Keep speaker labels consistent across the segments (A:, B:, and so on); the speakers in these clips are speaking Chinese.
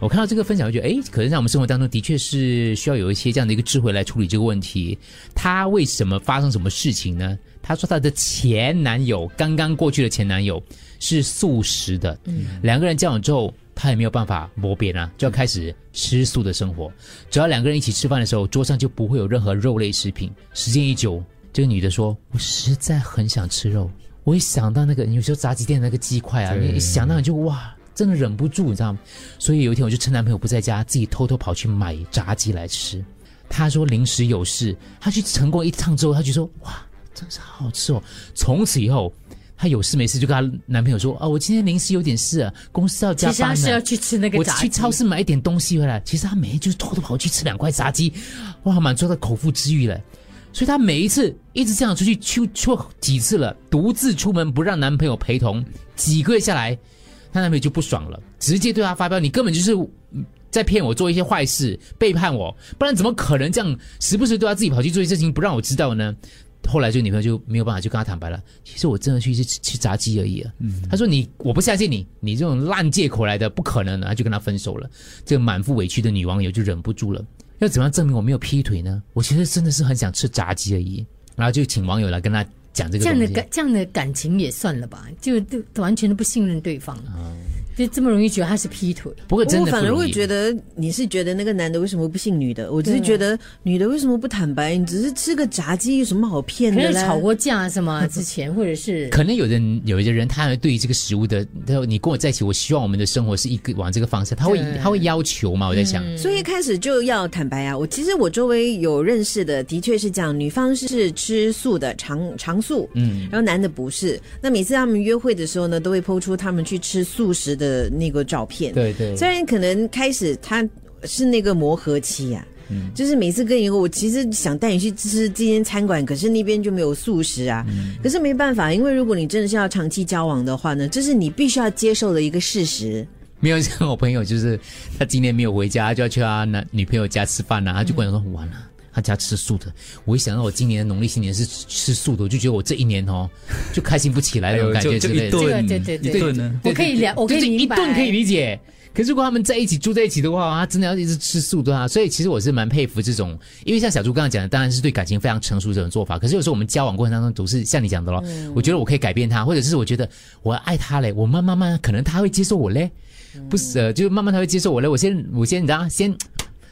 A: 我看到这个分享，我觉得哎，诶可能在我们生活当中的确是需要有一些这样的一个智慧来处理这个问题。她为什么发生什么事情呢？她说她的前男友，刚刚过去的前男友是素食的，嗯两个人交往之后，她也没有办法磨边啊，就要开始吃素的生活。只要两个人一起吃饭的时候，桌上就不会有任何肉类食品。时间一久，这个女的说：“我实在很想吃肉。”我一想到那个，有时候炸鸡店那个鸡块啊，你一想到你就哇，真的忍不住，你知道吗？所以有一天我就趁男朋友不在家，自己偷偷跑去买炸鸡来吃。她说临时有事，她去成功一趟之后，她就说：“哇，真是好好吃哦！”从此以后，她有事没事就跟她男朋友说：“啊，我今天临时有点事、啊，公司要加
B: 其实
A: 班、
B: 他
A: 呢。
B: 是要去吃那个
A: 我
B: 炸
A: 去
B: 鸡，
A: 超市买一点东西回来，其实他每天就是偷偷跑去吃两块炸鸡，哇，满足他的口腹之欲了。所以她每一次一直这样出去出出几次了，独自出门不让男朋友陪同，几个月下来，她男朋友就不爽了，直接对她发飙：“你根本就是嗯在骗我，做一些坏事，背叛我，不然怎么可能这样时不时对她自己跑去做一些事情不让我知道呢？”后来这个女朋友就没有办法就跟他坦白了，其实我真的去吃吃炸鸡而已啊。他说你我不相信你，你这种烂借口来的不可能的，他啊就跟他分手了。这个满腹委屈的女网友就忍不住了，要怎么样证明我没有劈腿呢？我其实真的是很想吃炸鸡而已。然后就请网友来跟他讲这个
B: 这样
A: 东
B: 的
A: 西
B: 感这样的感情也算了吧，就就完全的不信任对方，
A: 啊
B: 就这么容易觉得他是劈腿。
A: 不过真
C: 我
A: 的不
C: 反而
A: 容
C: 会
A: 易
C: 觉得你是觉得那个男的为什么不信女的？我只是
B: 对
C: 觉得女的为什么不坦白？你只是吃个炸鸡有什么好骗
B: 可
C: 的
B: 能有
C: 嘞？
B: 吵过架是吗？之 前或者是
A: 可能有的人有的人，他对于这个食物的，他说你跟我在一起，我希望我们的生活是一个往这个方向，他会
B: 对
A: 他会要求嘛？我在想，
C: 所以一开始就要坦白啊！我其实我周围有认识的，的确是这样，女方是吃素的，长长素，嗯，然后男的不是。那每次他们约会的时候呢，都会剖出他们去吃素食的那个照片。
A: 对对
C: 虽然可能开始他是那个磨合期呀、就是每次跟你我其实想带你去吃这间餐馆，可是那边就没有素食啊。可是没办法，因为如果你真的是要长期交往的话呢，这是你必须要接受的一个事实。
A: 没有像我朋友，就是他今天没有回家，就要去他男女朋友家吃饭啊呐、他就跟我说、完了。他家吃素的，我一想到我今年的农历新年是吃吃素的，我就觉得我这一年哦就开心不起来那种感觉之
D: 呃哎就
A: 类的。
D: 一顿，
B: 这个对对对
D: 一顿呢。
B: 我可以了，我可
A: 就
B: 以
A: 是一
B: 明白，
A: 顿可以理解。可是如果他们在一起住在一起的话，他真的要一直吃素的啊。所以其实我是蛮佩服这种，因为像小猪刚刚讲的，当然是对感情非常成熟这种做法。可是有时候我们交往过程当中，总是像你讲的咯，
B: 嗯
A: 我觉得我可以改变他，或者是我觉得我爱他嘞，我慢慢慢，可能他会接受我嘞，
B: 嗯
A: 不是呃，就是慢慢他会接受我嘞。我先我先你知道啊先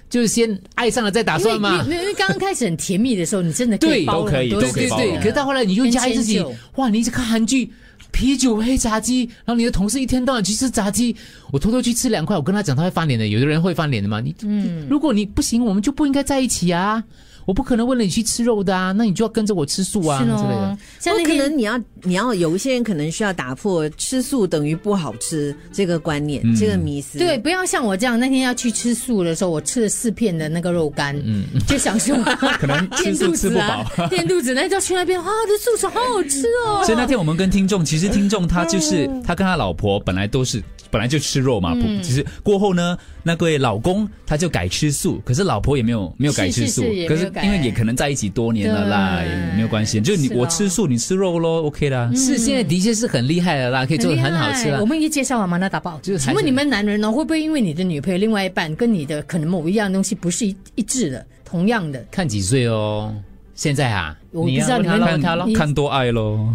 A: 就是先爱上了再打
B: 因为
A: 算嘛。
B: 没有因为刚刚开始很甜蜜的时候，你真的
A: 对
B: 包
D: 都可以
B: 容
D: 都
A: 对
D: 可以
A: 对
D: 包
A: 对，
D: 容
A: 可是到后来你又压抑自己
B: 跟迁就，
A: 哇！你一直看韩剧，啤酒黑炸鸡，然后你的同事一天到晚去吃炸鸡，我偷偷去吃两块，我跟他讲他会翻脸的，有的人会翻脸的嘛。你，
B: 嗯
A: 如果你不行，我们就不应该在一起啊！我不可能为了你去吃肉的啊，那你就要跟着我吃素啊
B: 是
A: 之类
B: 咯嗯
A: 的。，哦
B: 像
C: 不
B: 那
C: 哦可
B: 天
C: 能你要你要有一些人可能需要打破吃素等于不好吃这个观念，这个迷思。
B: 对，，不要像我这样。那天要去吃素的时候，我吃了四片的那个肉干，
A: 嗯
B: 就想 说
D: 可能吃
B: 垫
D: 素
B: 肚
D: 吃不
B: 子啊，垫肚子。那就去那边，哇，哦这素食好好吃哦。
D: 所以那天我们跟听众，其实听众他就是
B: 嗯
D: 他跟他老婆本来都是本来就吃肉嘛，不，其实过后呢，那位老公他就改吃素，可是老婆也没有没有改吃素，
B: 是是是也没有
D: 可是
B: 改
D: 因为也可能在一起多年了啦，
B: 对
D: 也没有关系，就是你
B: 是咯嗯
D: 我吃素你吃肉咯 o k 啦。
A: 是现在的确是很厉害的啦，可以做的很好吃
B: 厉害
A: 啦
B: 我。们一介绍完嘛，那打包。
A: 就是还是
B: 请问你们男人呢，会不会因为你的女朋友另外一半跟你的可能某一样东西不是一一致的，同样的？
A: 看几岁哦？现在啊，
B: 我不知道
A: 要
B: 你们
A: 问
D: 看
A: 他咯
B: 你
D: 看多 爱咯，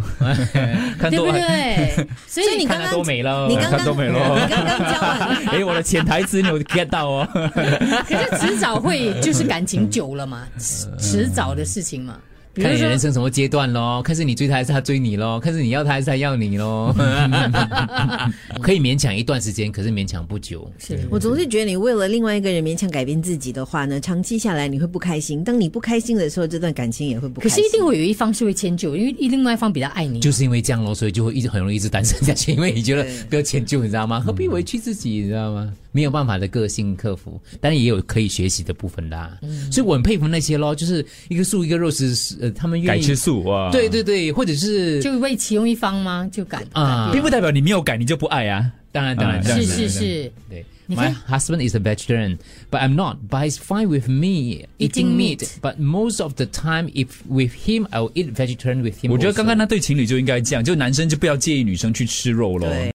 D: 看
B: 对
D: 多
B: 不
D: 爱，
B: 对？所以
C: 所以你
A: 看
C: 刚
A: 他
C: 刚
A: 多美了。
C: 你刚
D: 看多
C: 刚
D: 美
C: 你
D: 咯。
C: 刚刚交往。
D: 哎，我的潜台词你有 get 到 哦。
B: 可是迟早会就是感情久了嘛，迟迟早的事情嘛。嗯比如
A: 看你人
B: 说，
A: 生什么阶段咯，看是你追他还是他追你咯，看是你要他还是他要你 咯。可以勉强一段时间，可是勉强不久。
B: 是
C: 我总是觉得你为了另外一个人勉强改变自己的话呢，长期下来你会不开心。当你不开心的时候，这段感情也会不
B: 可
C: 开
B: 是
C: 心。
B: 一定会有一方是会迁就，因为另外一方比较爱你。
A: 就是因为这样咯，所以就会一直很容易一直单身下去，因为你觉得不要迁就，你知道吗？
B: 嗯
A: 何必委屈自己，你知道吗？没有办法的个性克服，当然也有可以学习的部分啦。
B: 嗯
A: 所以我很佩服那些咯，就是一个素一个肉是呃，他们愿
D: 改啊
A: 意
D: 吃素哇，
A: 对，对对，或者是
B: 就为其中一方吗？就感
A: 啊
D: 并不代表你没有改你就不爱啊。
A: 当然当然，
D: 啊
A: 当
B: 是
A: 然
B: 是是，
A: 对
B: 你
A: ，My
B: 看
A: husband is a vegetarian, but I'm not. But he's fine with me eating
B: Eating
A: meat.
B: meat.
A: But most of the time, if with him, I'll eat vegetarian with him.
D: 我觉得刚刚
A: also.
D: 那对情侣就应该这样，就男生就不要介意女生去吃肉咯。
C: 对。